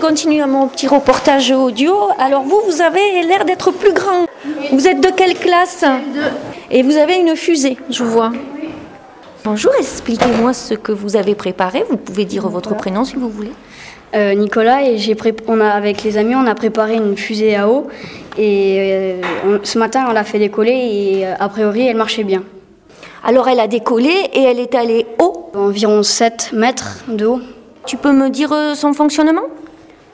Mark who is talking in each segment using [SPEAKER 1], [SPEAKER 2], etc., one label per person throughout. [SPEAKER 1] continue à mon petit reportage audio. Alors vous, vous avez l'air d'être plus grand. Vous êtes de quelle classe Et vous avez une fusée, je vois. Bonjour, expliquez-moi ce que vous avez préparé. Vous pouvez dire votre prénom si vous voulez.
[SPEAKER 2] Euh, Nicolas et j'ai prép- on a, avec les amis on a préparé une fusée à eau et euh, on- ce matin on l'a fait décoller et euh, a priori elle marchait bien.
[SPEAKER 1] Alors elle a décollé et elle est allée haut.
[SPEAKER 2] Environ 7 mètres de haut.
[SPEAKER 1] Tu peux me dire euh, son fonctionnement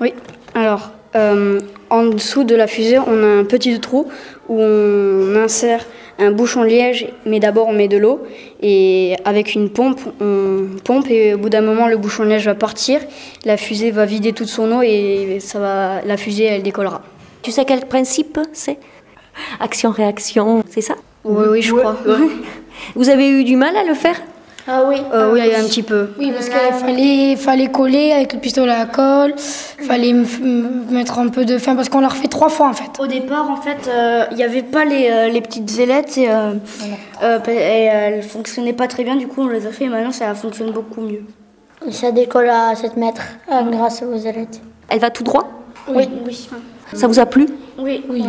[SPEAKER 2] Oui. Alors euh, en dessous de la fusée on a un petit trou où on insère un bouchon liège mais d'abord on met de l'eau et avec une pompe on pompe et au bout d'un moment le bouchon liège va partir, la fusée va vider toute son eau et ça va, la fusée elle décollera.
[SPEAKER 1] Tu sais quel principe c'est Action-réaction, c'est ça
[SPEAKER 2] Oui oui je crois.
[SPEAKER 1] Vous avez eu du mal à le faire
[SPEAKER 3] Ah oui.
[SPEAKER 2] Euh, oui, un petit peu.
[SPEAKER 3] Oui, parce qu'il fallait, fallait coller avec le pistolet à colle, fallait me f- me mettre un peu de fin, parce qu'on l'a refait trois fois en fait.
[SPEAKER 4] Au départ, en fait, euh, il n'y avait pas les, euh, les petites ailettes et, euh, euh, pa- et, euh, elles fonctionnaient pas très bien. Du coup, on les a fait et maintenant, ça fonctionne beaucoup mieux.
[SPEAKER 5] Ça décolle à 7 mètres euh, grâce aux ailettes.
[SPEAKER 1] Elle va tout droit
[SPEAKER 4] Oui, oui,
[SPEAKER 1] Ça vous a plu
[SPEAKER 4] oui,
[SPEAKER 2] Oui.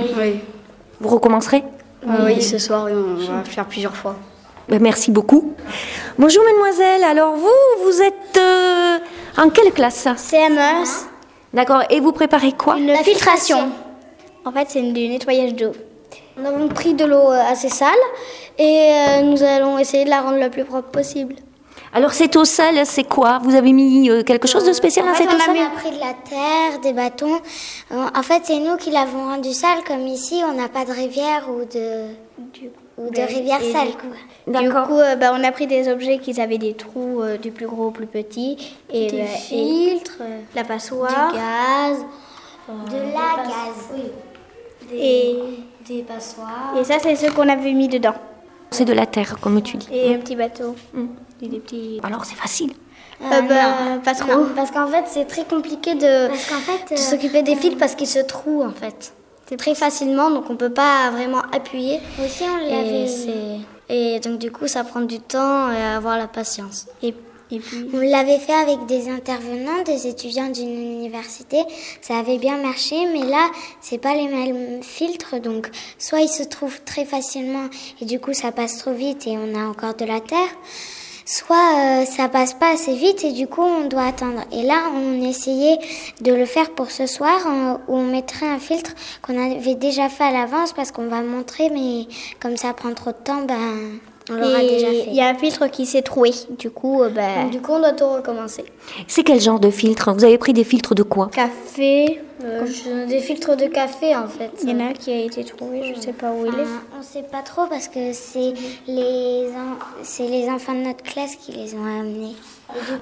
[SPEAKER 1] Vous recommencerez
[SPEAKER 2] oui, ce soir, oui, on va faire plusieurs fois.
[SPEAKER 1] Ben, Merci beaucoup. Bonjour mademoiselle, alors vous, vous êtes euh, en quelle classe
[SPEAKER 5] CME,
[SPEAKER 1] D'accord, et vous préparez quoi
[SPEAKER 5] la filtration. En fait, c'est du nettoyage d'eau. Nous avons pris de l'eau euh, assez sale et euh, nous allons essayer de la rendre le plus propre possible.
[SPEAKER 1] Alors cette eau sale, c'est quoi Vous avez mis euh, quelque chose de spécial dans
[SPEAKER 5] En fait,
[SPEAKER 1] cette eau
[SPEAKER 5] on a
[SPEAKER 1] sale
[SPEAKER 5] mis- pris de la terre, des bâtons. Euh, En fait, c'est nous qui l'avons rendu sale, comme ici, on n'a pas de rivière ou de, ou de rivière sale. quoi.
[SPEAKER 1] D'accord.
[SPEAKER 5] coup, euh, bah, on a pris des objets qui avaient des trous euh, du plus gros au plus petit. Et, des filtres, la passoire. Du gaz. de la gaz. et des passoires.
[SPEAKER 6] Et ça, c'est ce qu'on avait mis dedans.
[SPEAKER 1] C'est de la terre, comme tu dis.
[SPEAKER 6] Et un petit bateau.
[SPEAKER 1] Alors c'est facile.
[SPEAKER 6] Euh, bah, pas trop. Euh.
[SPEAKER 5] Non, parce qu'en fait, c'est très compliqué de, de s'occuper des fils parce qu'ils se trouent en fait. C'est très facilement, donc on peut pas vraiment appuyer. Aussi,
[SPEAKER 6] Ah,
[SPEAKER 5] on l'avait. Et, c'est- et donc du coup, ça prend du temps et avoir la patience. Et, On l'avait fait avec des intervenants, des étudiants d'une université. Ça avait bien marché, mais là, c'est pas les mêmes filtres. Donc, soit ils se trouvent très facilement et du coup, ça passe trop vite et on a encore de la terre. Soit euh, ça passe pas assez vite et du coup on doit attendre. Et là on essayait de le faire pour ce soir euh, où on mettrait un filtre qu'on avait déjà fait à l'avance parce qu'on va montrer mais comme ça prend trop de temps, ben, on l'aura
[SPEAKER 6] Et
[SPEAKER 5] déjà
[SPEAKER 6] Il y
[SPEAKER 5] fait.
[SPEAKER 6] a un filtre qui s'est troué. Du coup, euh, bah,
[SPEAKER 5] Donc, du coup on doit tout recommencer.
[SPEAKER 1] C'est quel genre de filtre Vous avez pris des filtres de quoi
[SPEAKER 6] café.
[SPEAKER 5] des filtres de café en fait.
[SPEAKER 6] euh, Il y en a un qui a été trouvé, je sais pas où il est.
[SPEAKER 5] Euh, On ne sait pas trop parce que c'est les, en- c'est les enfants de notre classe qui les ont amenés.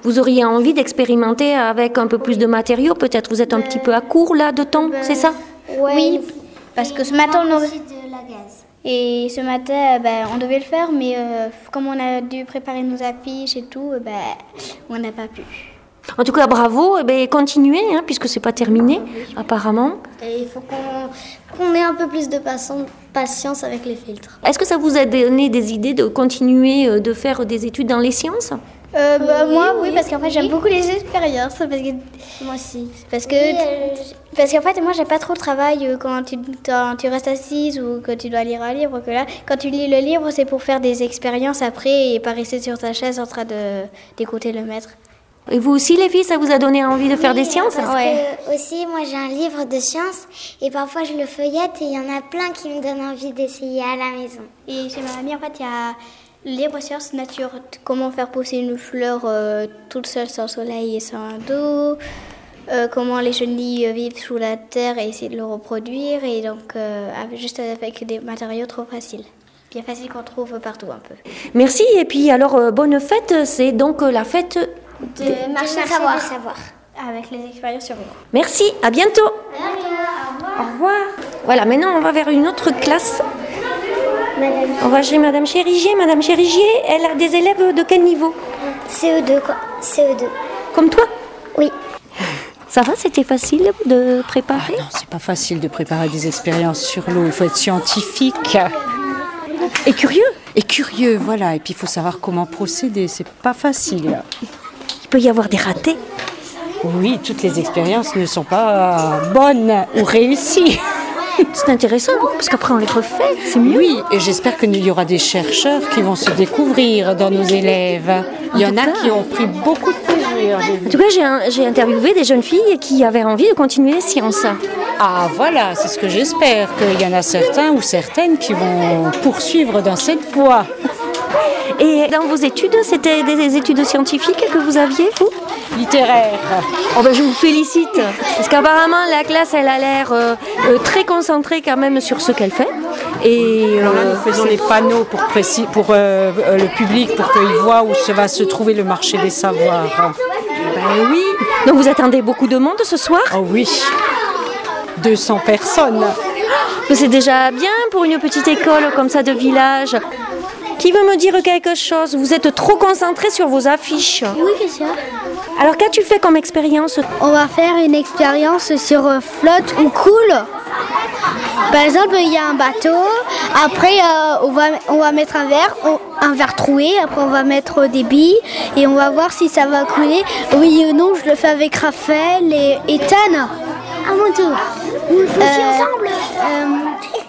[SPEAKER 1] Vous auriez envie d'expérimenter avec un peu plus de matériaux Peut-être vous êtes un petit peu à court là de temps, c'est ça
[SPEAKER 5] Ah,
[SPEAKER 6] Oui, parce que ce matin, on aurait...
[SPEAKER 5] de la gaz.
[SPEAKER 6] Et ce matin, euh, bah, on devait le faire, mais euh, comme on a dû préparer nos affiches et tout, euh, bah, on n'a pas pu.
[SPEAKER 1] En tout cas, bravo, et ben, continuez, hein, puisque c'est pas terminé, apparemment.
[SPEAKER 5] Et il faut qu'on qu'on ait un peu plus de patien- patience avec les filtres.
[SPEAKER 1] Est-ce que ça vous a donné des idées de continuer euh, de faire des études dans les sciences
[SPEAKER 6] Euh, bah, moi, oui, parce qu'en fait, j'aime beaucoup les expériences. Parce que... Moi aussi. euh, Parce que. Parce qu'en fait, moi, j'aime pas trop le travail euh, quand tu, quand tu restes assise ou que tu dois lire un livre. Que là, quand tu lis le livre, c'est pour faire des expériences après et pas rester sur ta chaise en train de d'écouter le maître.
[SPEAKER 1] Et vous aussi, les filles, ça vous a donné envie de faire des sciences hein.
[SPEAKER 5] Parce
[SPEAKER 6] Ouais.
[SPEAKER 5] que aussi, moi j'ai un livre de sciences et parfois je le feuillette et il y en a plein qui me donnent envie d'essayer à la maison.
[SPEAKER 6] Et chez ma mamie, en fait, il y a libre sciences nature. Comment faire pousser une fleur euh, toute seule sans soleil et sans dos. euh, comment les chenilles euh, vivent sous la terre et essayer de le reproduire. Et donc, euh, avec- juste avec des matériaux trop faciles. Bien facile qu'on trouve partout un peu.
[SPEAKER 1] Merci, et puis alors, euh, bonne fête, c'est donc euh, la fête.
[SPEAKER 5] De marcher, savoir. savoir.
[SPEAKER 6] Avec les expériences sur vous.
[SPEAKER 1] Merci, à bientôt. Au revoir. Voilà, maintenant, on va vers une autre classe. On va chez Madame Chérigier. Madame Chérigier, elle a des élèves de quel niveau
[SPEAKER 5] CE2 E quoi. CE2.
[SPEAKER 1] Comme toi
[SPEAKER 5] Oui.
[SPEAKER 1] Ça va, c'était facile de préparer
[SPEAKER 7] Ah, Non, c'est pas facile de préparer des expériences sur l'eau. Il faut être scientifique
[SPEAKER 1] Et curieux,
[SPEAKER 7] et curieux, voilà. Et puis il faut savoir comment procéder. C'est pas facile.
[SPEAKER 1] il peut y avoir des ratés.
[SPEAKER 7] Oui, toutes les expériences ne sont pas bonnes ou réussies.
[SPEAKER 1] C'est intéressant, non parce qu'après on les refait, c'est mieux.
[SPEAKER 7] Oui, et j'espère qu'il y aura des chercheurs qui vont se découvrir dans nos élèves. Il y en a qui ont pris beaucoup de plaisir. j'ai vu.
[SPEAKER 1] En tout cas, j'ai un- j'ai interviewé des jeunes filles qui avaient envie de continuer les sciences.
[SPEAKER 7] Ah voilà, c'est ce que j'espère, qu'il y en a certains ou certaines qui vont poursuivre dans cette voie.
[SPEAKER 1] Et dans vos études, c'était des- des études scientifiques que vous aviez, vous
[SPEAKER 7] Littéraire.
[SPEAKER 1] Oh ben, je vous félicite, parce qu'apparemment la classe, elle a l'air euh, euh, très concentrée quand même sur ce qu'elle fait. Et
[SPEAKER 7] Alors là,
[SPEAKER 1] euh,
[SPEAKER 7] nous faisons les panneaux pour, précis, pour euh, euh, le public, pour qu'il voit où se va se trouver le marché des savoirs. Ben oui.
[SPEAKER 1] donc vous attendez beaucoup de monde ce soir.
[SPEAKER 7] Oh oui. 200 personnes.
[SPEAKER 1] Mais C'est déjà bien pour une petite école comme ça de village. Qui veut me dire quelque chose Vous êtes trop concentrés sur vos affiches.
[SPEAKER 6] Oui, c'est sûr.
[SPEAKER 1] Alors qu'as-tu fait comme expérience
[SPEAKER 6] On va faire une expérience sur euh, flotte ou coule. Par exemple, il y a un bateau. Après, euh, on, va, on va mettre un verre, on- un verre troué. Après, on va mettre des billes et on va voir si ça va couler. Oui ou non, je le fais avec Euh, Raphaël et Ethan. À mon tour. Nous le ensemble.